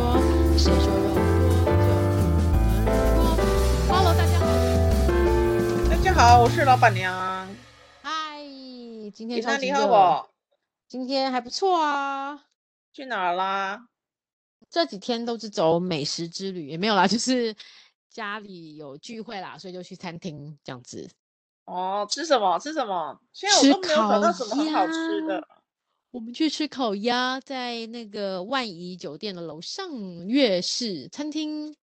谁说肉多就多说。Hello，大家好，大家好，我是老板娘。嗨，今天你超那级你热好不？今天还不错啊。去哪儿啦？这几天都是走美食之旅，也没有啦， 就是家里有聚会啦，所以就去餐厅这样子。哦，吃什么？吃什么？现在吃我都没有找烤到什么很好吃的。我们去吃烤鸭，在那个万怡酒店的楼上粤式餐厅。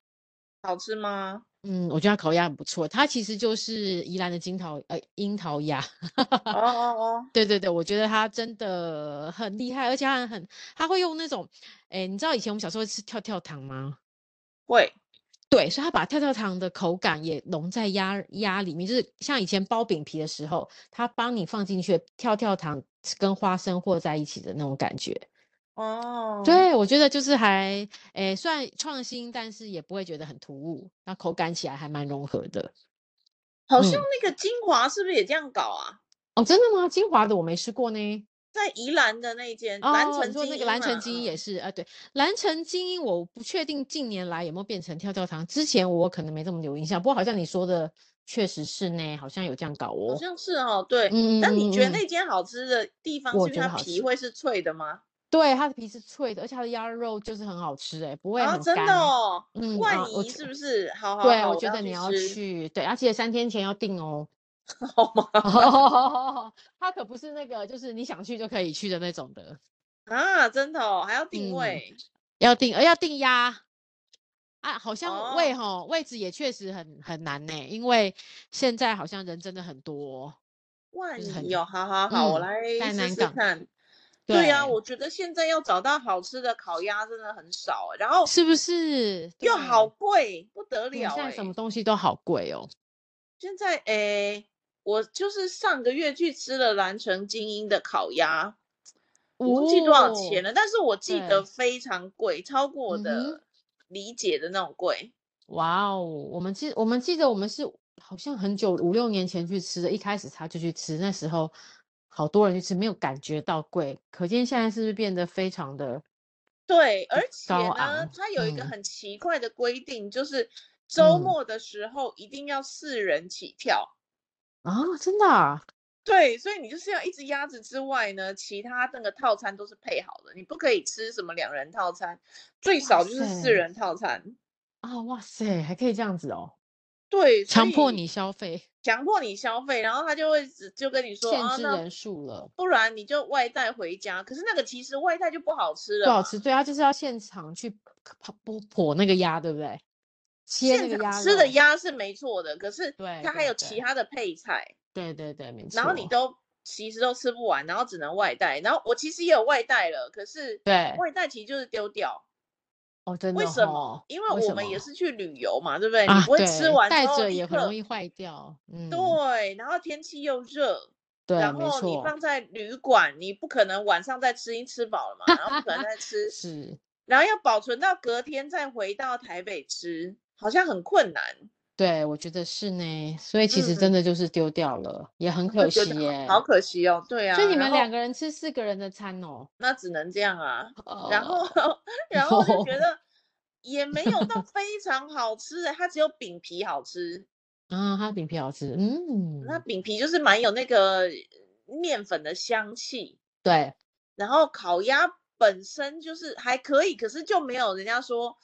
好吃 吗？嗯，我觉得它烤鸭很不错，它其实就是宜兰的金桃呃樱桃鸭。哦哦哦，对对对，我觉得他真的很厉害，而且他很他会用那种，哎，你知道以前我们小时候吃跳跳糖吗？会对，所以他把跳跳糖的口感也融在鸭鸭里面，就是像以前包饼皮的时候，他帮你放进去的跳跳糖跟花生和在一起的那种感觉。哦。，对，我觉得就是还，哎，算创新，但是也不会觉得很突兀，那口感起来还蛮融合的。好像嗯那个金华是不是也这样搞啊？哦，真的吗？金华的我没吃过呢。在宜兰的那一间蓝哦，你城说精那个英蓝嘛城精英也嗯是啊，对，蓝城精英我不确定近年来有没有变成跳跳糖，之前我可能没这么有印象，不过好像你说的确实是呢，好像有这样搞好哦。像是哦，对。嗯但你觉嗯嗯嗯，得那间好吃的地方是我不是觉它得好皮吃，会是脆的吗？对，它的皮是脆的，而且它的鸭肉就是很好吃，哎，不会啊，很真的干。哦，嗯万啊，我怡觉是不是？好好对好，我我觉要得去你要吃，去，对，而且三天前要订 哦。 好吗？ 它可不是那个就是你想去就可以去的那种的，啊，真的哦，还要定嗯，位。要订，呃，要订鸭。啊，好像位哦，吼位置也确实很很难呢，因为现在好像人真的很多，就万是怡很哦，好好好，我嗯，来在试南试港，看。对呀，对，我觉得现在要找到好吃的烤鸭真的很少欸，然后是不是？又好对，贵，不得嗯，了现在什么哎。东西都好贵哦。现在诶，我就是上个月去吃了蓝城精英的烤鸭，我忘记多少钱哦，了，但是我记对，得非常贵，超过我嗯哼，的理解的那种贵。哇哦，我们记我们记得我们是好像很久五六年前去吃的，一开始他就去吃，那时候好多人去吃，没有感觉到贵，可见现在是不是变得非常的对，而且高呢，昂？它有一个嗯很奇怪的规定，就是周嗯末的时候一定要四人起跳。啊，真的啊。对，所以你就是要一只鸭子之外呢，其他那个套餐都是配好的，你不可以吃什么两人套餐，最哇少就是四塞人套餐。啊，哇塞，还可以这样子哦，对，所强迫以你消费，强迫你消费，然后他就会只就跟你说限啊，制那人数了，不然你就外带回家。可是那个其实外带就不好吃不了好嘛，吃。对啊，就是要现场去剖剥剖那个鸭，对不对？切那现个场鸭吃的肉，鸭是没错的，可是对它还对有其对他的配菜。对对对，没然后你错，都其实都吃不完，然后只能外带。然后我其实也有外带了，可是对外带其实就是丢掉。哦，真为的什么？吼，因为为我什们也么是去旅游嘛，对不对？你啊？不会吃对，完之带后着立也很容刻易坏掉，嗯，对，然后天气又热，对，然没后你错，放在旅馆，你不可能晚上再吃，已经吃饱了嘛，然后不 可能再吃，是，然后要保存到隔天再回到台北吃，好像很困难。对，我觉得是呢，所以其实真嗯，的就是丢掉了，也很就可觉惜得好好耶。可惜哦。对所以啊，你然们两后。个人吃四个人的餐哦，那只能这样啊。然后，哦。 然后就觉得也没有到非常好吃欸，它只有饼皮好吃。啊，它饼皮好吃，那嗯，饼皮就是蛮有那个面粉的香气，对，然后烤鸭本身就是还可以，可是就没有人家说，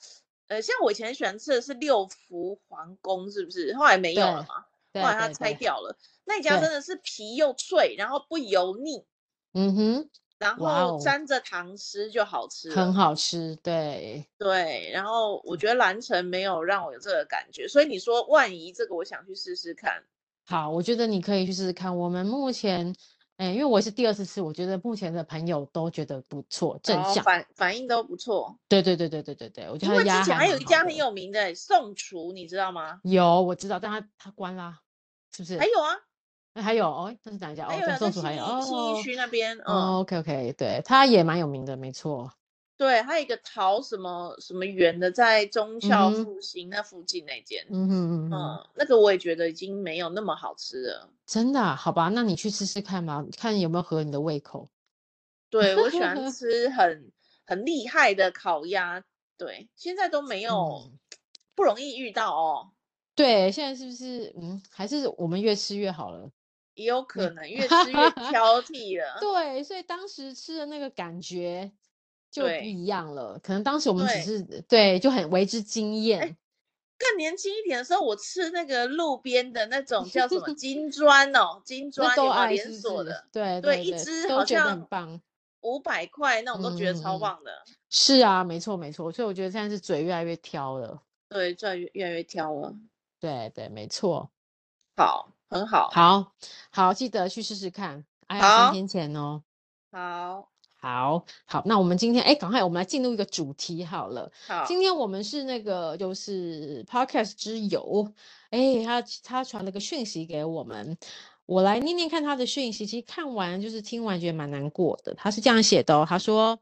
呃，像我以前喜欢吃的是六福皇宫，是不是？后来没有了对，对，嘛，后来它对，拆对，掉了。那家真对，的是皮又脆，然后不油腻，嗯哼，然哇后哦，沾着糖吃就好吃很了。好嗯吃，对，对，然后我觉得蓝城没有让我有这个感觉，所以你说万怡这个，我想去试试看。好，我觉得你可以去试试看。我们目前，哎，因为我是第二次吃，我觉得目前的朋友都觉得不错，正然后向，哦反反应都不错，对，对，对，对，对，对，对，我觉得他的因为之鸭前还还有蛮一好家很的，有名的欸宋厨，你知道吗？有，我知道，但他他关啦，是不还是？有啊，哎还有哦，那是哪一家？还哦，有在啊，在宋楚信还有义信义哦，区那边，嗯，哦，OK，OK，对，他也蛮有名的，没错，对，还有一个陶什么什么园的，在忠嗯孝哼，复兴那附近那间，嗯哼，嗯哼。嗯，那个我也觉得已经没有那么好吃了。真的啊好吧，那你去试试看吧，看有没有合你的胃口。 对，我喜欢吃很很厉害的烤鸭，对，现在都没有嗯，不容易遇到哦，对，现在是不是嗯，还是我们越吃越好了？也有嗯可能越吃 越挑剔了。对，所以当时吃的那个感觉就不对一样了。可能当时我们只对哎是对就很为之惊艳，更年轻一点的时候，我吃那个路边的那种叫什 么金砖哦，金砖那有都没有爱连是不锁是的，对对一对，只都好觉得很像棒。五百块那种都觉得嗯嗯超嗯棒的。是啊，没错没错，所以我觉得现在是嘴越来越挑了。对，这越越来越挑了。对对，没错。好，很好，好好，记得去试试看。哎呀，三好天前哦。好，好好，那我们今天哎，赶快我们来进入一个主题好了。好，今天我们是那个就是 podcast 之友，哎，他他传了个讯息给我们，我来念念看他的讯息。其实看完就是听完，觉得蛮难过的。他是这样写的哦，他说：“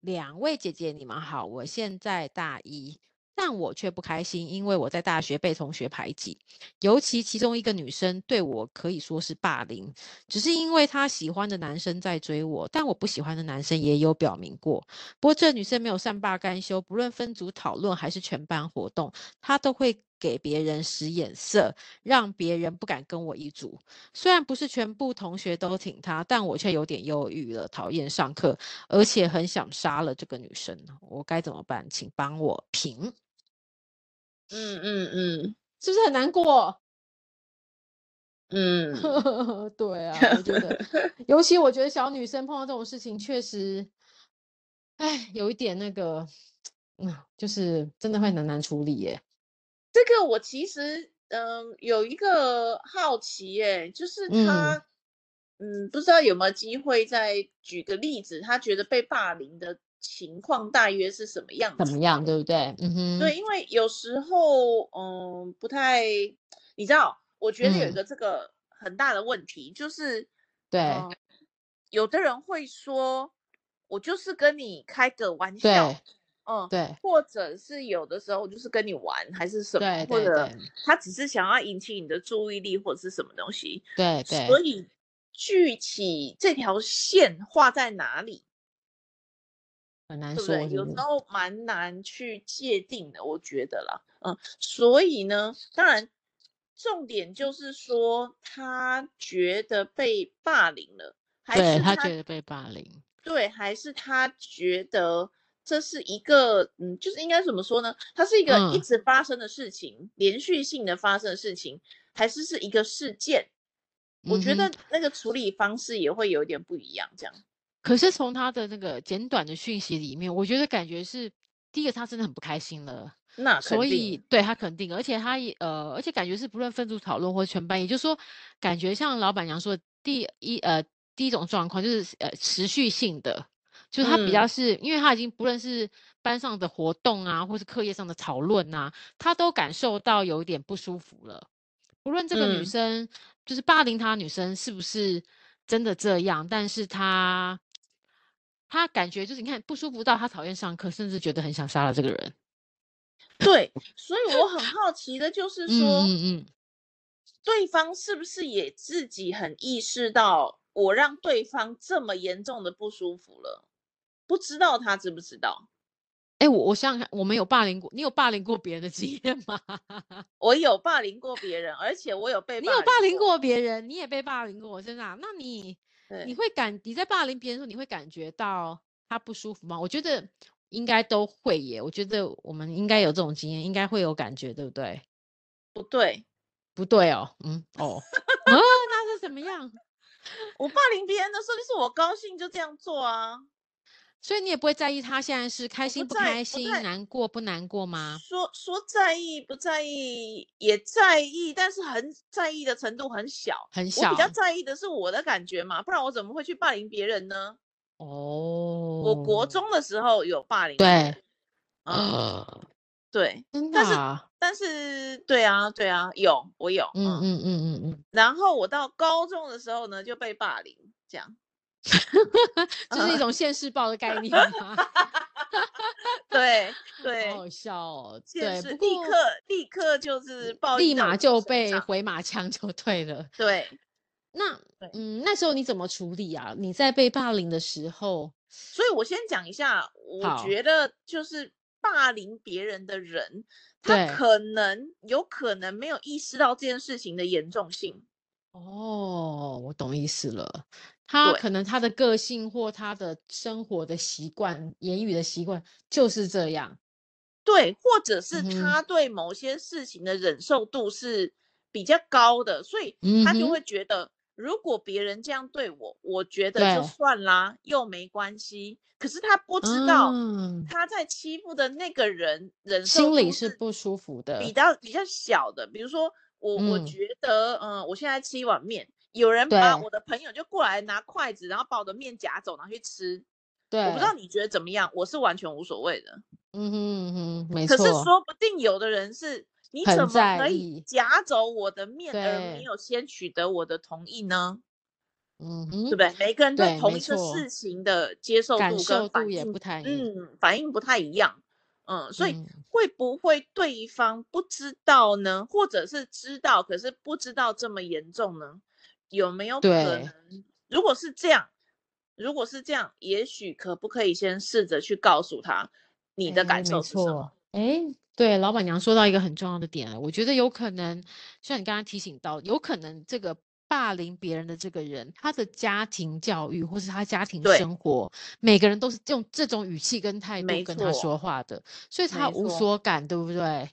两位姐姐，你们好，我现在大一，但我却不开心，因为我在大学被同学排挤，尤其其中一个女生对我可以说是霸凌，只是因为她喜欢的男生在追我，但我不喜欢的男生也有表明过。”不过这女生没有善罢甘休，不论分组讨论还是全班活动，她都会给别人使眼色，让别人不敢跟我一组。虽然不是全部同学都挺她，但我却有点忧郁了，讨厌上课，而且很想杀了这个女生。我该怎么办？请帮我评，嗯 嗯是不是很难过？ 嗯嗯，对啊，我觉得， 尤其我觉得小女生碰到这种事情，确实，哎，有一点那个，嗯，就是真的会很难处理耶。这个我其实嗯有一个好奇耶、就是他嗯不知道有没有机会再举个例子，他觉得被霸凌的情况大约是什么样怎子？么样，对不对？嗯哼，对，因为有时候嗯不太，你知道，我觉得有一嗯个这个很大的问题，就是对、嗯有的人会说，我就是跟你开个玩笑对，嗯，对或者是有的时候我就是跟你玩，还是什么，对或对者对他只是想要引起你的注意力，或者是什么东西，对所对，以具体这条线画在哪里，很难对不说，对？是有不时是？候蛮难去界定的，我觉得啦，嗯，所以呢，当然重点就是说，他觉得被霸凌了，还对是他他觉得被霸凌，对，还是他觉得这是一个，嗯，就是应该怎么说呢？它是一个一嗯直发生的事情，连续性的发生的事情，还是是一个事件？我觉嗯得哼那个处理方式也会有点不一样，这样。可是从他的那个简短的讯息里面，我觉得感觉是第一个，他真的很不开心了，那所肯以定，对他肯定，而且他也呃，而且感觉是不论分组讨论或全班，也就是说，感觉像老板娘说的第一呃第一种状况就是呃持续性的。就是他比较嗯是，因为他已经不论是班上的活动啊，或是课业上的讨论啊，他都感受到有一点不舒服了。不论这个女嗯生就是霸凌她的女生是不是真的这样，但是她她感觉就是你看不舒服到她讨厌上课，甚至觉得很想杀了这个人。对，所以我很好奇的就是说，嗯嗯嗯，对方是不是也自己很意识到我让对方这么严重的不舒服了？不知道他知不知道？哎、我我想想看，我们有霸凌过，你有霸凌过别人的经验吗？我有霸凌过别人，而且我有 被你有霸霸凌凌过。过别人，你也被霸凌过，真的啊、那你你对，会感你在霸凌别人的时候，你会感觉到他不舒服吗？我觉得应该都会耶。我觉得我们应该有这种经验，应该会有感觉，对不对？不对，不对哦，嗯，哦，啊，那是怎么样？我霸凌别人的时候，就是我高兴就这样做啊，所以你也不会在意他现在是开我不心不在开不心、太难过不难过吗？说说在意不在意，也在意，但是很在意的程度很小。很我比较小在意的是我的感觉嘛，不然我怎么会去霸凌别人呢？我国哦，中的时候有霸凌别对人，，嗯，呃，对，真的但是啊，但是对啊对啊，有我有，嗯嗯，嗯嗯嗯然后我到高中的时候呢就被霸凌，这样，嗯， 这是一种现世报的概念吗？对好 对，好笑哦，现对，实不立过嗯刻立刻就是报立应到我马自己就身被上。回马枪就对了。对，那 对嗯，那时候你怎么处理啊？你在被霸凌的时候，所以我先讲一下，我好，觉得就是霸凌别人的人，他对可能有可能没有意识到这件事情的严重性。哦，我懂意思了。他对可能他的个性或他的生活的习惯、言语的习惯就是这样。对，或者是嗯哼他对某些事情的忍受度是比较高的，所以嗯他就哼会觉得，如果别人这样对我，我觉得就对算啦，又没关系。可是他不知道嗯他在欺负的那个人忍受心里度是不舒服的比较比较小的，比如说我、我嗯觉得，嗯、我现在吃一碗面，有人把对我的朋友就过来拿筷子，然后把我的面夹走，拿去吃。对，我不知道你觉得怎么样，我是完全无所谓的。嗯哼嗯哼，没可错，是说不定有的人是，你很怎么在可意以夹走我的面而对没有先取得我的同意呢？嗯对哼不，对？每个人对对同没一个错事情的接受感度受跟度反也应不，太一样。嗯，反应不太一样。嗯，所以嗯会不会对方不知道呢？或者是知道，可是不知道这么严重呢？有没有可对能？如果是这样，如果是这样，也许可不可以先试着去告诉他你的哎感没受是什么？错，哎，对，老板娘说到一个很重要的点了，我觉得有可能，像你刚刚提醒到，有可能这个霸凌别人的这个人，他的家庭教育或是他家庭对生活，每个人都是用这种语气跟态度没跟他错说话的，所以他没无错所感，对不对？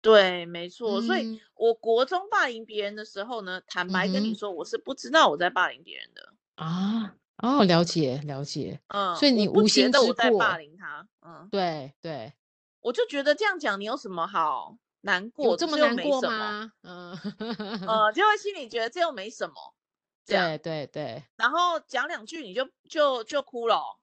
对，没错。所以嗯我国中霸凌别人的时候呢，坦白跟嗯你哼说，我是不知道我在霸凌别人的。啊，哦，了解了解，嗯，所以我你不无觉心得我之在霸过，凌他，嗯，对对，我就觉得这样讲你有什么好难有过这的，么这又难没过什么，吗？嗯， 呃，就会心里觉得这又没什么，这样，对对对。然后讲两句你就就就哭了哦，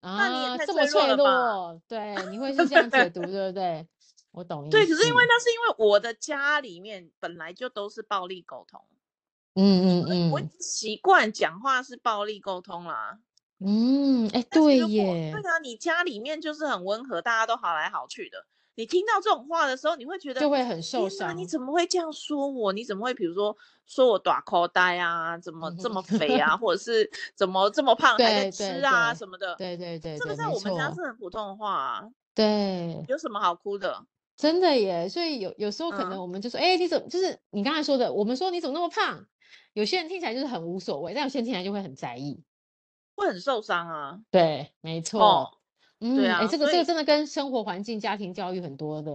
那你也啊，太这么脆弱脆了吧？弱，对，你会是这样 解读，对不对？我懂意对，可是因为思。那是因为我的家里面本来就都是暴力沟通，嗯所以我嗯习惯讲话是暴力沟通啦。嗯嗯，哎，但是对如果对耶，啊，你家里面就是很温和，大家都好来好去的，你听到这种话的时候，你会觉得就会很受天哪，你伤。怎么会这样说我？你怎么会比如说说我短口袋啊，怎么嗯这哼，么肥啊，或者是怎么这么胖还在对吃对啊对什么的？对对对这个对，在没我们家错，是很普通的话啊，对，有什么好哭的？真的耶。所以有有时候可能嗯，我们就说，哎，你怎么就是你刚才说的，我们说你怎么那么胖？有些人听起来就是很无所谓，但有些人听起来就会很在意。会很受伤啊。对，没错。哦，对嗯，哎，啊，这个所这个以真的跟生活环境、家庭教育很多的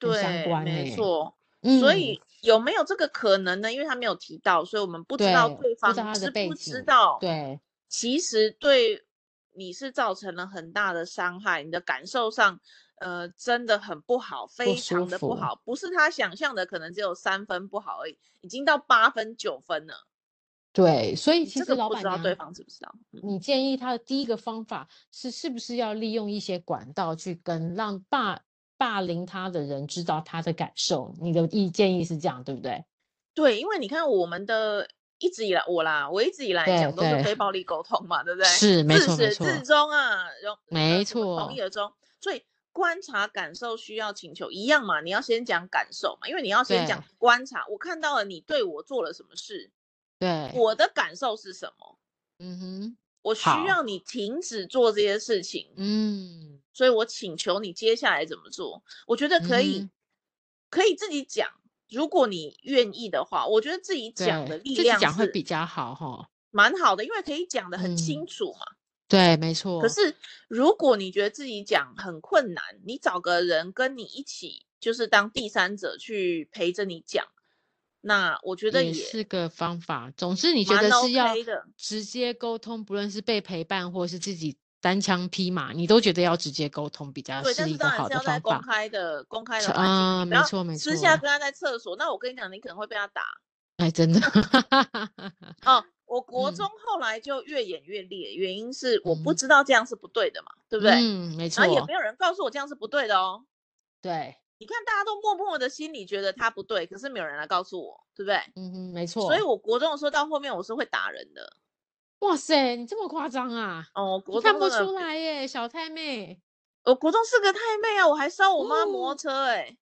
很相对，关没呢。错。所嗯。以有没有这个可能呢？因为他没有提到，所以我们不知道对，对不知道方他的知背不知景，道，嗯对，其实对你是造成了很大的伤害，你的感受上，呃，真的很不好，不非舒常的不服，好，不是他想象的，可能只有三分不好而已，已经到八分九分了。对，所以你其这实个老不板知道对娘，方知不知道？嗯，你建议他的第一个方法是，是不是要利用一些管道去跟让霸霸凌他的人知道他的感受？你的意建议是这样，对不对？对，因为你看我们的一直以来，我啦，我一直以来对讲都是对，非暴力沟通嘛，对不对？是，没自错没始至错终啊，容呃没什么从一错，而终，所以观察感受需要请求一样嘛，你要先讲感受嘛，因为你要先讲对观察，我看到了你对我做了什么事，对，我的感受是什么，嗯哼，我需好，要你停止做这些事情，嗯所以我请求你接下来怎么做，我觉得嗯可以，哼，可以自己讲。如果你愿意的话，我觉得自己讲对，的力自己量讲会是比较好哈，蛮好的，因为可以讲得很清嗯，楚嘛。对，没可错，是如果你觉得自己讲很困难，你找个人跟你一起，就是当第三者去陪着你讲，那我觉得也也是个方法。总之，你觉蛮得是要 OK 的。直接沟通，不论是被陪伴或是自己单枪匹马，你都觉得要直接沟通比较对，啊是但一是个当然好是的要在方公法。开的公开的环境，啊、你不没要错没私下错，跟他在厕所。那我跟你讲，你可能会被他打哎，真 的，哦。我国中嗯后来就越演越烈，原因是我不嗯知道这样是不对的嘛，对不对？嗯，没然后也没错，有人告诉我这样是不对的哦。对，你看，大家都默默的心里觉得他不对，可是没有人来告诉我，对不对？嗯哼，没所以错。我国中的时候到后面我是会打人的。哇塞，你这么夸张啊？哦，我你国看中不真的出不，来耶，小太 妹。我国中是个太妹啊，我还烧我妈摩托哦，车哎、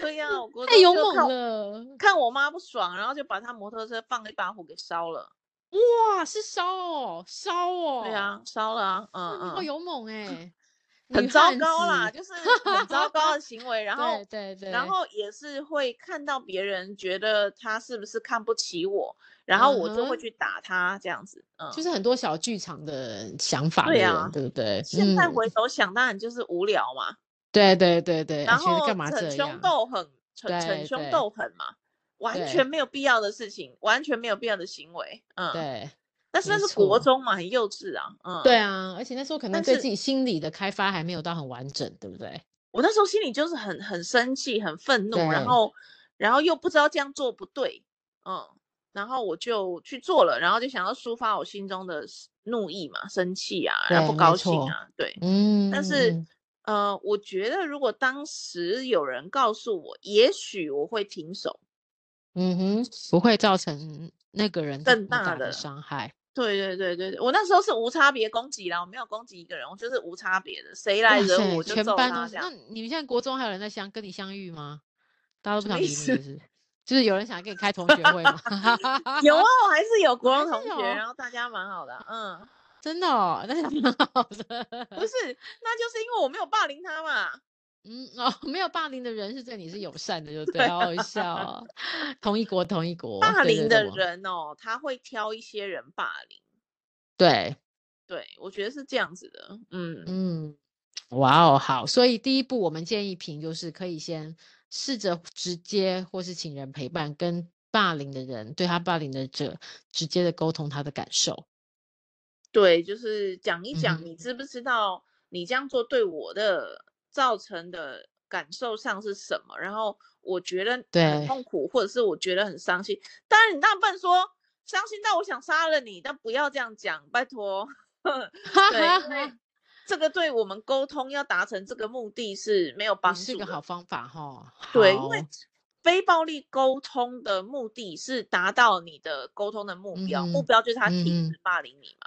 对呀、我国太中勇就看猛了！看我妈不爽，然后就把她摩托车放了一把火给烧了。哇，是烧哦，烧对哦。啊，烧了啊，嗯哇，你好嗯， 勇猛哎、很女糟汉糕啦，子就是很糟糕的 行为，然后对对对，然后也是会看到别人觉得他是不是看不起我，然后我就嗯会哼去打他这样子。嗯，就是很多小剧场的想法的对人，啊对不对？现在嗯回头想，当然就是无聊嘛，对对对对，然觉得后干嘛逞这凶样？斗狠，逞逞对凶对斗狠嘛，完对全没有必要的事情，完全没有必要的行为。嗯，对但是那没是国错中嘛，很幼稚啊。嗯，对啊，而且那时候可能但对是自己心理的开发还没有到很完整，对不对？我那时候心里就是很很生气、很愤怒，对然后然后又不知道这样做不对，嗯，然后我就去做了，然后就想要抒发我心中的 s- 怒意嘛，生气啊，然对后不没高兴错啊，对。嗯，但是嗯呃，我觉得如果当时有人告诉我，也许我会停手。嗯哼，不会造成那个人这更么大大的的伤害。对对对对，对我那时候是无差别攻击啦，我没有攻击一个人，我就是无差别的，谁哇来惹塞，我我就全揍班都他这是。那样。你们现在国中还有人在相跟你相遇吗？大家都不什么想意理你，思是 不是？就是有人想跟你开同学会吗？ 有啊，我还是有国还中同是学，有然后大家蛮好的啊，嗯。真的哦，那是蛮好的。 不是，那就是因为我没有霸凌他嘛。嗯哦， 没有霸凌的人是对你是友善的，就对对，好好笑哦。同一国，同一国，霸哦对对凌的对我人哦，他会挑一些人霸凌，对，对我觉得是这样子的。嗯，嗯，哇哦，好，所以第一步我们建议平就是可以先试着直接或是请人陪伴，跟霸凌的人对他霸凌的者直接的沟通他的感受。对，就是讲一嗯讲，哼你知不知道你这样做对我的造成的感受上是什么？然后我觉得很对痛苦，或者是我觉得很伤心。当然，你当然不能说伤心到我想杀了你，但不要这样讲，拜托。对，因为这个对我们沟通要达成这个目的是没有帮不助的。是个好方法哈。对，因为好非暴力沟通的目的是达到你的沟通的目标，目嗯哼标就是他停嗯止霸凌你嘛。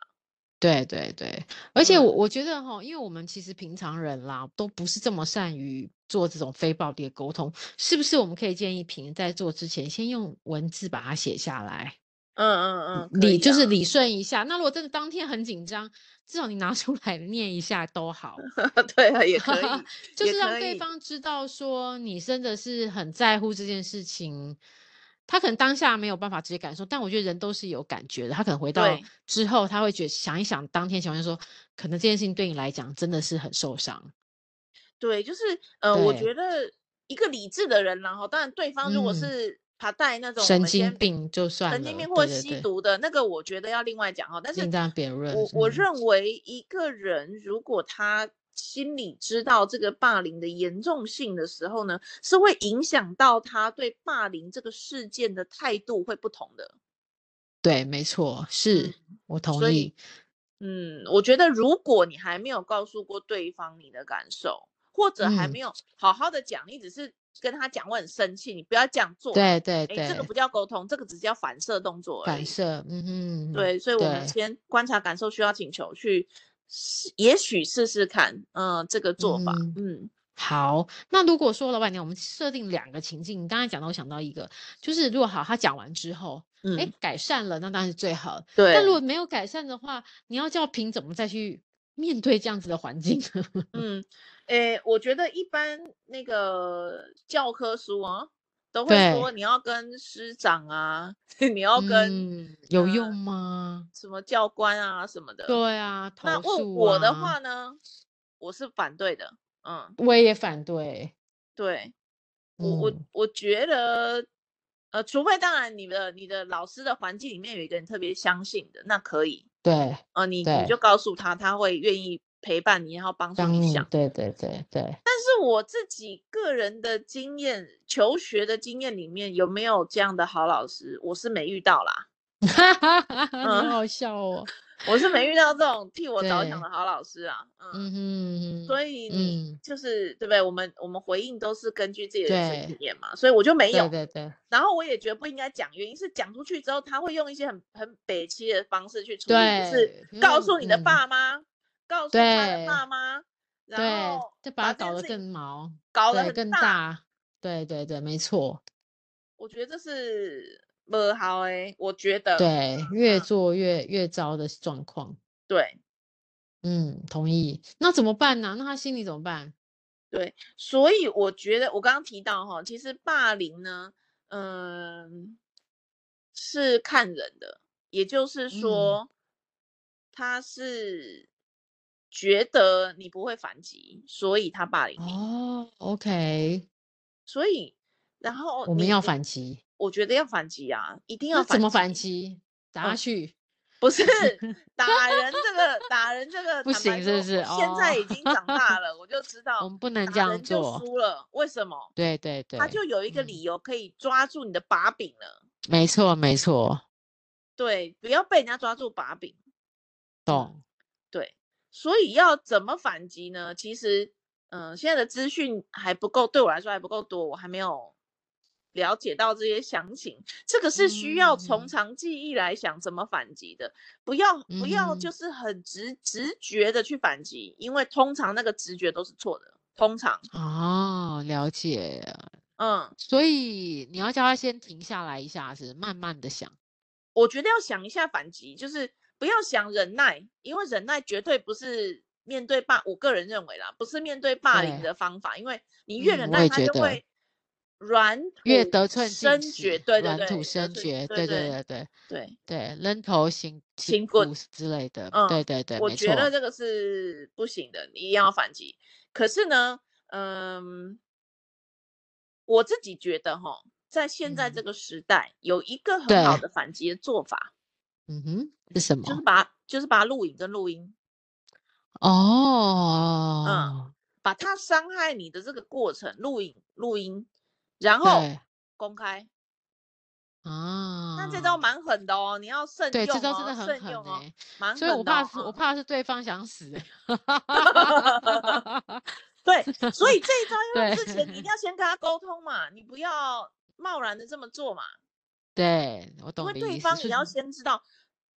对对对，而且嗯我我觉得哈，因为我们其实平常人啦，都不是这么善于做这种非暴力的沟通，是不是？我们可以建议平在做之前，先用文字把它写下来。嗯嗯嗯，可理以就是啊理顺一下。那如果真的当天很紧张，至少你拿出来念一下都 好，对啊，也可以， 就也是让可对以方知道说你真的是很在乎这件事情。他可能当下没有办法直接感受，但我觉得人都是有感觉的。他可能回到对之后，他会觉想一想当天情况，就说可能这件事情对你来讲真的是很受伤。对，就是呃，我对觉得一个理智的人啦，然后当然对方如果嗯是他带那种我神们经先病就算了，神经病或对吸对对，毒的那个，我觉得要另外讲哦。但是另当别论。我我嗯认为一个人如果他心里知道这个霸凌的严重性的时候呢，是会影响到他对霸凌这个事件的态度会不同的。对，没错，是我同嗯所以意。嗯，我觉得如果你还没有告诉过对方你的感受，或者还嗯没有好好的讲，你只是跟他讲我很生气，你不要这样做。对对哎，这个对，不叫沟通，这个只叫反射动作而已。反射，嗯哼，对，所以我们对先观察感受，需要请求去试，也许试试看，嗯、这个做法，嗯嗯好，那如果说老板娘，我们设定两个情境，你刚才讲到，我想到一个，就是如果好，他讲完之后，哎嗯，，改善了，那当然是最好的。对，但如果没有改善的话，你要叫平怎么再去面对这样子的环境？ 嗯，诶，我觉得一般那个教科书啊，都会对说你要跟师长啊， 你要跟嗯，有呃用吗？什么教官啊什么的。对啊，投那问诉我的啊话，呢，我是反对的，嗯，我也反对。对，我我嗯，我觉得，呃，除非当然你的你的老师的环境里面有一个人特别相信的，那可以，对，呃，你你就对告诉他，他会愿意陪伴你，然后帮助当你你想。对对对对， 但是我自己个人的经验，求学的经验里面有没有这样的好老师，我是没遇到啦，哈哈哈哈，你嗯好好笑哦。我是没遇到这种替我着想对的好老师啊，嗯，嗯哼，所以你嗯就是对不对？我们我们回应都是根据自己的人生对经验嘛，所以我就没有对。对对。然后我也觉得不应该讲，原因是讲出去之后，他会用一些很很北欺的方式去处理，就是对告嗯诉你的嗯爸妈，告诉他的对爸妈，然对后，就把把它这搞件得事情更毛，搞得对，很更大，大，对对对，没错，我觉得这是不好欸哎、我觉得对，越嗯做越越糟的状况。对，嗯，同意。那怎么办呢、那他心里怎么办？对，所以我觉得我刚刚提到哈，其实霸凌呢，嗯，是看人的，也嗯就是说，他是觉得你不会反击，所以他霸凌你，哦，OK，所以然后我们你要你，反击。我觉得要反击啊，一定要那反怎么击，哦反击？打下去。不是打人这个打人这个不坦白行是不说是我现在已哦经长 大了，我就知我道们不能这哦打样人就做。输了，为什么？对对对他，就有一个嗯理由可以抓住你的把柄了。没错没错，对，不要被人家抓住把柄。嗯懂。对，所以要怎么反击呢？其实，嗯、现在的资讯还不够，对我来说还不够多，我还没有了解到这些详情。这个是需要从嗯长计议来想怎么反击的，不要不要嗯就哼是很直直觉的去反击，因为通常那个直觉都是错的，通常，哦，了解。嗯。所以你要叫他先停下来一下子，慢慢的想。我觉得要想一下反击，就是不要想忍耐，因为忍耐绝对不是面对霸，我个人认为啦，不是面对霸凌对的方法，因为你嗯，越忍我耐，也他觉就得会软越土得寸进生绝，尺，对对软对，土得生寸，绝。对对对对对对对，对，扔头行行行滚，骨之类的。嗯，对对对，我没觉得错。这个是不行的，你一定要反击。可是呢，嗯，我自己觉得哈，在现在这嗯，个时代，有一个很好对，的反击的做法，嗯哼，是什就是么？把就是把录影跟录音。嗯，哦，把他伤害你的这个过程录影录音，然后对公开。那这招啊，蛮狠的哦，你要慎对，这用招真哦，的很慎狠用呢、哦，蛮所以我狠的怕哦。是，我怕是对方想死 欸。嗯，对，所以这一招要 用对之前，你一定要先跟他沟通嘛，你不要贸然的这么做嘛，对，我因懂为你的对意思，方就也是要先知道。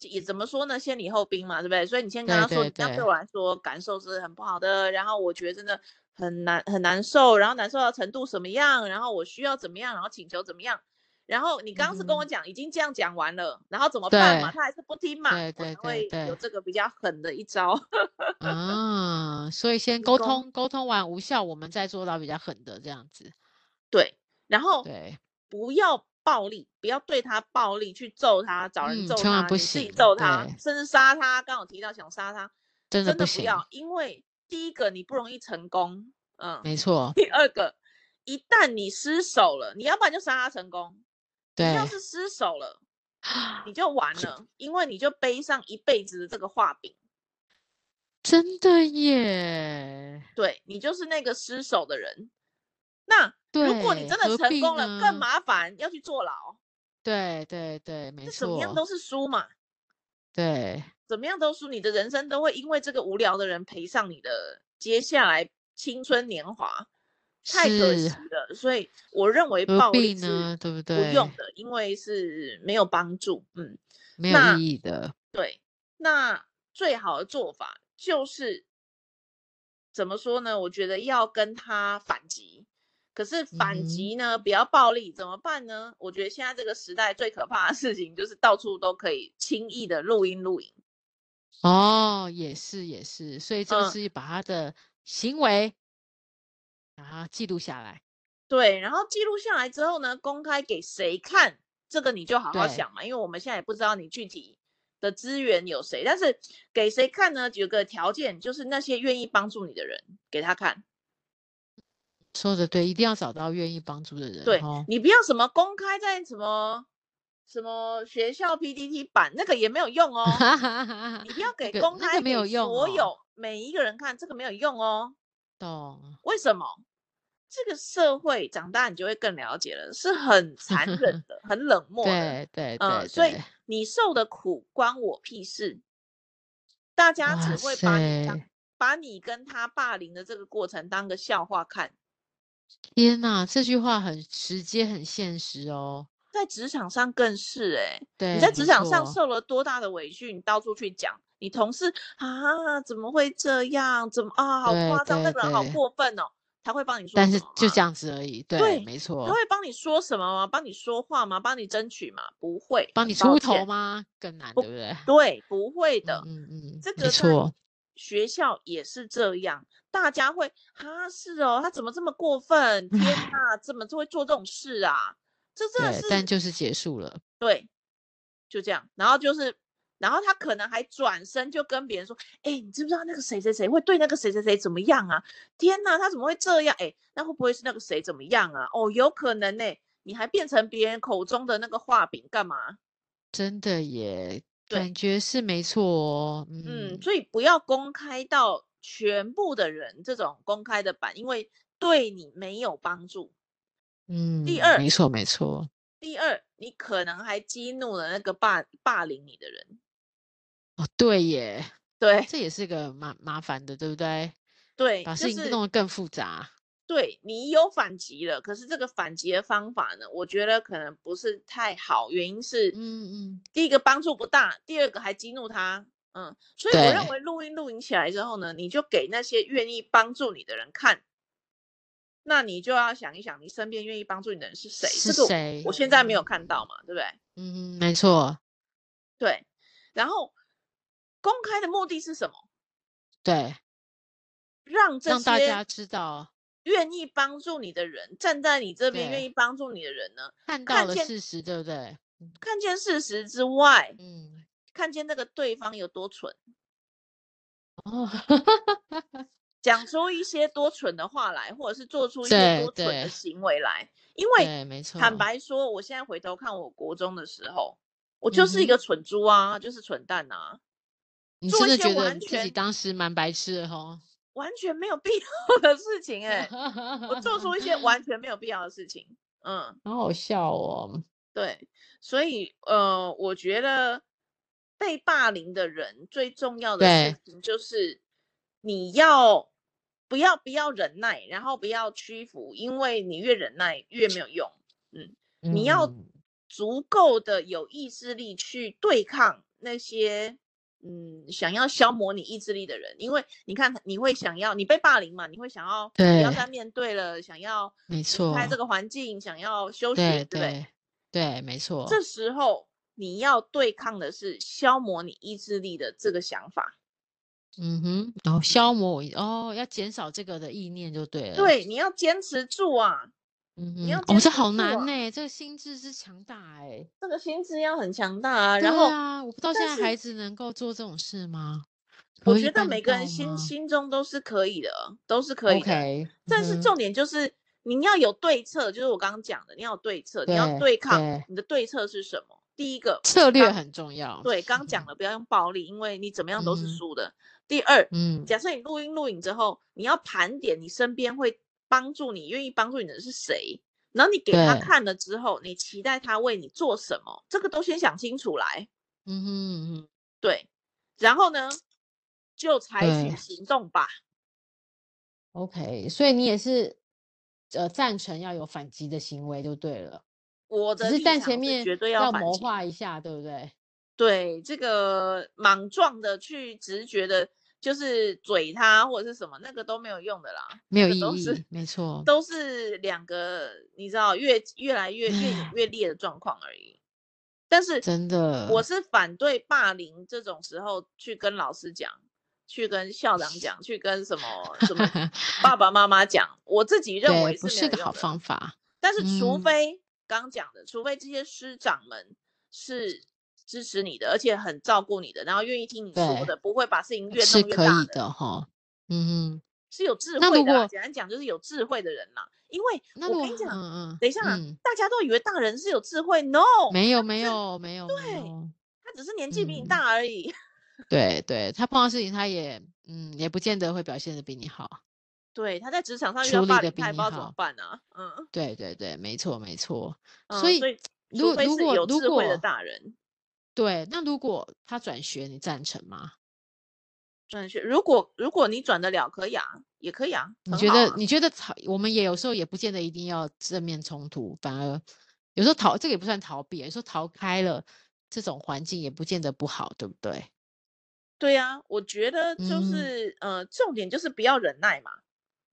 也怎么说呢？先礼后兵嘛，对不对？所以你先跟对他说，对你这样对对，我来说感受是很不好的，然后我觉得真的很难很难受，然后难受到程度什么样，然后我需要怎么样，然后请求怎么样，然后你嗯刚刚是跟我哼，讲已经这样讲完了，然后怎么办嘛？对他还是不听嘛，对我才对对会有对这个比较狠的一招， 啊，所以先就是沟公通，沟通完无效，我们再做到比较狠的这样子。对，然后对，不要暴力，不要对他暴力去揍他，找人嗯，揍千万他，不你自己行，揍他，对，甚至杀他。刚好提到想杀他，真的真不的不行，要，因为第一个你不容易成功，嗯，没错，第二个一旦你失手了，你要不然就杀他成功， 你要对，是失手了，你就完了，因为你就背上一辈子的这个画饼，真的耶，对你就是那个失手的人。那如果你对，真的何成必功了，更呢？麻烦，要去坐牢，对对对，没这怎么样错，都是输嘛。对，怎么样都输，你的人生都会因为这个无聊的人赔上你的接下来青春年华，太可是惜了。所以我认为何暴必力是呢？对不不用对？的，因为是没有帮助。嗯，没有那意义的。对，那最好的做法就是怎么说呢？我觉得要跟他反击，可是嗯反哼，击呢，不要暴力，怎么办呢？我觉得现在这个时代最可怕的事情就是到处都可以轻易的录音录影。哦，也是也是，所以就嗯，是把他的行为把它记录下来。对，然后记录下来之后呢，公开给谁看，这个你就好好对，想嘛，因为我们现在也不知道你具体的资源有谁，但是给谁看呢？有个条件就是那些愿意帮助你的人给他看，说的对，一定要找到愿意帮助的人对哦。你不要什么公开在什么什么学校 PPT 版那个也没有 用哦，你不要那给个公那个开没给有用所哦，有每一个人看，这个没有用哦。 懂？为什么？这个社会长大你就会更了解了，是很残 忍的，很冷漠的，对对嗯，对所以对，你受的苦关我屁事，大家哇只会把你当塞，把你跟他霸凌的这个过程当个笑话看，天呐，这句话很直接，很现实哦。在职场上更是哎、你对，在职没场上错，受了多大的委屈，你到处去讲，你同事啊怎么会这样，怎么啊好对夸张，那对个人好对，过分哦，他会帮你说但什是么就吗？这样子而已。对，对，没他错。会帮你说什么吗？帮你说话吗？帮你争取吗？不会，帮你很抱出头歉，吗？更难，对不不对？对，不会嗯的。嗯嗯，这没个在错。学校也是这样，大家会哈是哦，他怎么这么过分？ 天唉哪，怎么就会做这种事啊？这真的对，是但就是结束了。对，就这样。然后就是，然后他可能还转身就跟别人说：“哎、你知不知道那个谁谁谁会对那个谁谁谁怎么样啊？天哪，他怎么会这样？哎、那会不会是那个谁怎么样啊？哦，有可能呢、你还变成别人口中的那个画饼干嘛？真的耶，对感觉是没错哦。嗯，嗯，所以不要公开到全部的人这种公开的版，因为对你没有帮助。嗯第二没错没错，第二，你可能还激怒了那个霸霸凌你的人。哦对耶，对这也是个麻麻烦的，对不对？对，把就事情是弄得更复杂。对你有反击了，可是这个反击的方法呢，我觉得可能不是太好，原因是，嗯嗯，第一个帮助不大，第二个还激怒他，嗯，所以我认对为录音录影起来之后呢，你就给那些愿意帮助你的人看，那你就要想一想，你身边愿意帮助你的人是谁？是这个谁我现在没有看到嘛，对不对？嗯，没错，对，然后公开的目的是什么？对，让这让大些家知道愿意帮助你的人，站在你这边对愿意帮助你的人呢，看到看了见事实，对不对？看见事实之外，嗯，看见那个对方有多蠢，哦，讲出一些多蠢的话来，或者是做出一对些多蠢对的行为来。因为对，没错，坦白说，我现在回头看我国中的时候，我就是一嗯哼个蠢猪啊，就是蠢蛋啊，你做真一的些觉得完你自己全当时蛮白痴的哦。完全没有必要的事情哎、 我做出一些完全没有必要的事情，嗯。好好笑哦。对，所以呃，我觉得被霸凌的人最重要的事情就是你要不要不要忍耐，然后不要屈服，因为你越忍耐越没有用。你要嗯足够的有意志力去对抗那些嗯想要消磨你意志力的人，因为你看你会想要你被霸凌嘛，你会想要不要对再面对了，想要没离错，开这个环境，想要休息，对不对？对对，没错，这时候你要对抗的是消磨你意志力的这个想法，嗯哼，然后消磨我哦，要减少这个的意念就对了。，对，你要坚持住啊，嗯你要哼，哦，坚这持好住难啊呢、这个心智是强大哎、这个心智要很强大啊。对然后啊，我不知道但现在是孩子能够做这种事吗？我可以觉得办每个人到吗心心中都是可以的，都是可以的。啊 OK，但是嗯哼重点就是你要有对策，就是我刚刚讲的，你要有对策，你要对对抗对你的对策是什么？第一个，策略很重要。对，刚讲了不要用暴力，因为你怎么样都嗯是哼输的。第二，嗯，假设你录音录影之后，你要盘点你身边会帮助你、愿意帮助你的人是谁，然后你给他对看了之后，你期待他为你做什么，这个都先想清楚来，嗯哼嗯哼，对，然后呢，就采取对行动吧。 OK，所以你也是呃赞成要有反击的行为就对了，我只的是立但场前面绝对要反谋击，划一下，对不对？对这个莽撞的去直觉的，就是嘴他或者是什么，那个都没有用的啦，没有这意都是义，没错。都是两个你知道越越来越越演越烈的状况而已。但是真的我是反对霸凌这种时候去跟老师讲，去跟校长 讲，去跟什么什么爸爸妈妈讲，我自己认为对，不没是有个用好的方法。但是除嗯非刚讲的，除非这些师长们是支持你的，而且很照顾你的，然后愿意听你对说的，不会把事情越是弄越可大以的，的哈。嗯哼，是有智那慧如的啦。啊果简单讲就是有智慧的人啦。因为那我我跟你讲，嗯嗯，等一下啊、嗯，大家都以为大人是有智慧，no，没有没是有没有没对有，他只是年纪比你嗯大而已。 对对，他碰到事情他也嗯也不见得会表现的比你好。对，他在职场上遇处到理霸得凌，比他也你不知道怎么好办啊。嗯，对对对，没错没错。嗯所以所以如除果非如是果有如智慧的果大人对，那如果他转学，你赞成吗？转学，嗯如果如果你转得了，可以啊，也可以啊，你很觉好得啊你觉得逃，我们也有时候也不见得一定要正面冲突，反而有时候逃，这个也不算逃避，有时候逃开了这种环境也不见得不好，对不对？对呀，我觉得就嗯是、呃，重点就是不要忍耐嘛。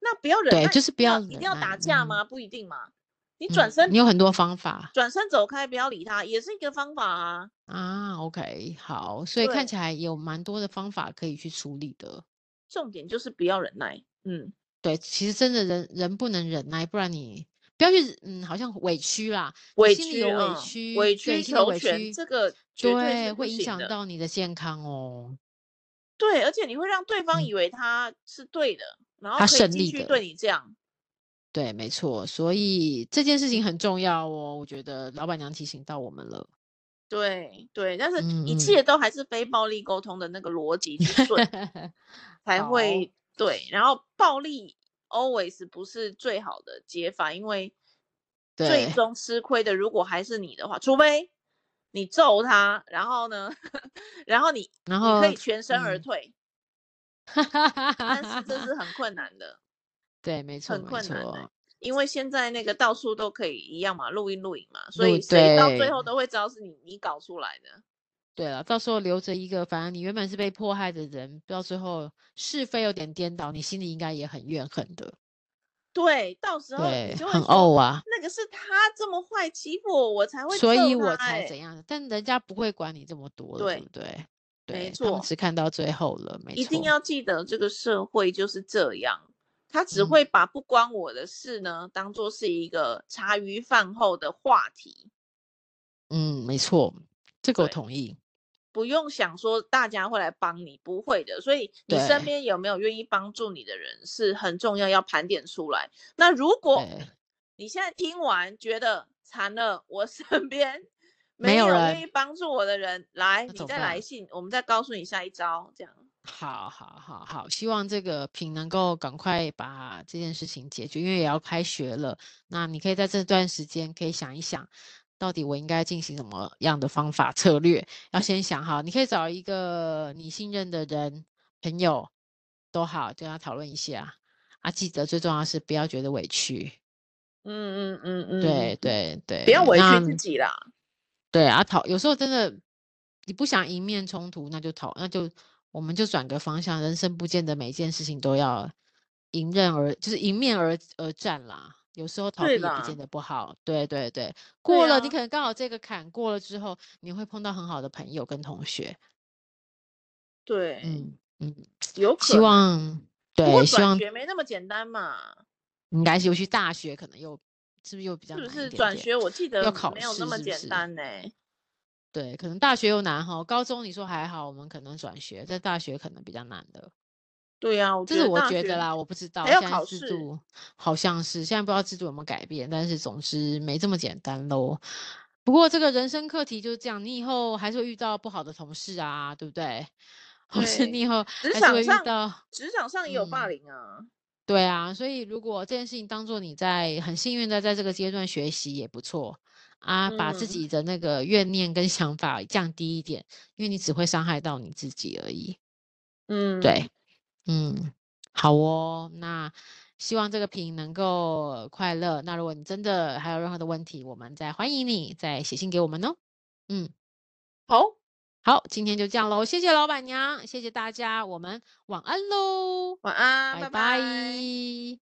那不要忍对耐，就是一不定要一定忍要耐打架嗯吗？不一定嘛。你嗯转身，你有很多方法转身走开，不要理他，也是一个方法啊。啊。OK，好，所以看对起来有蛮多的方法可以去处理的。重点就是不要忍耐。嗯，对，其实真的人人不能忍耐，不然你不要去嗯，好像委屈啦，你委心里屈有啊委屈，委委曲心里有求委全，屈，这个绝对是不会影行响的到你的健康哦。对，而且你会让对方嗯以为他是对的，然后他可以胜继利续的对你这样。对，没错，所以这件事情很重要哦，我觉得老板娘提醒到我们了。 对对，但是嗯一嗯切都还是非暴力沟通的那个逻辑去 顺才好会对。然后暴力 always 不是最好的解法，因为最对终吃亏的如果还是你的话，除非你揍他，然后呢， 然后你然你后 可以全身而嗯退，但是这是很困难的， 对，没错很没困难的、错，因为现在那个到处都可以一样嘛，录音录影嘛，所录以谁到最对后都会知道是你你搞出来的。对了，到时候留着一个，反正你原本是被迫害的人，到最后是非有点颠倒，你心里应该也很怨恨的。对，到时候你对，就会很说怄啊，那个是他这么坏欺负我，我才会所揍以我他才欸怎样。但人家不会管你这么多的，对对不对？没对他们错只看到最后了，没错。一定要记得，这个社会就是这样，他只嗯会把不关我的事呢，当做是一个茶余饭后的话题，嗯，没错，这个我对同意。不用想说大家会来帮你，不会的。所以你身对边有没有愿意帮助你的人是很重要，要盘点出来。那如果对，你现在听完觉得惨了，我身 边没有有愿人意帮助我的人，来，那你怎么再来办信，我们再告诉你下一招。这样好好好好，希望这个品能够赶快把这件事情解决，因为也要开学了。那你可以在这段时间可以想一想，到底我应该进行什么样的方法策略？要先想好，你可以找一个你信任的人、朋友都好，跟他讨论一下。啊，记得最重要是不要觉得委屈，嗯嗯嗯嗯，对，对对，不要委屈那自己啦。对啊，讨有时候真的你不想迎面冲突，那就讨，那就我们就转个方向。人生不见得每一件事情都要迎刃而，就是迎面而而战啦。有时候逃避对也不啦见得不好。对对对，过了你啊可能刚好这个坎过了之后，你会碰到很好的朋友跟同学。对，嗯嗯，有哎可希能。望不过对，希转望学没那么简单嘛，应该是尤其大学可能又是不是又比较是不难一是？点转点？学我记得要考没有试那么是不简是单呢、对，可能大学又难哈，高中你说还好，我们可能转学，在大学可能比较难的。对啊呀、我这觉是得我大觉学得啦，我不知道要现在考制试度好像是现在不知道制度有没有改变，但是总之没这么简单喽。不过这个人生课题就是这样，你以后还是会遇到不好的同事啊，对不对？或是你对以后职还是场会遇上到，职场上也有霸嗯凌啊，对啊。所以如果这件事情当做你在很幸运的在这个阶段学习也不错啊，把自嗯己的那个怨念跟想法降低一点，因为你只会伤害到你自己而已。嗯，对，嗯，好哦，那希望这个屏能够快乐。那如果你真的还有任何的问题，我们再欢迎你再写信给我们哦。嗯，好，好，今天就这样喽，谢谢老板娘，谢谢大家，我们晚安喽，晚安，拜拜拜。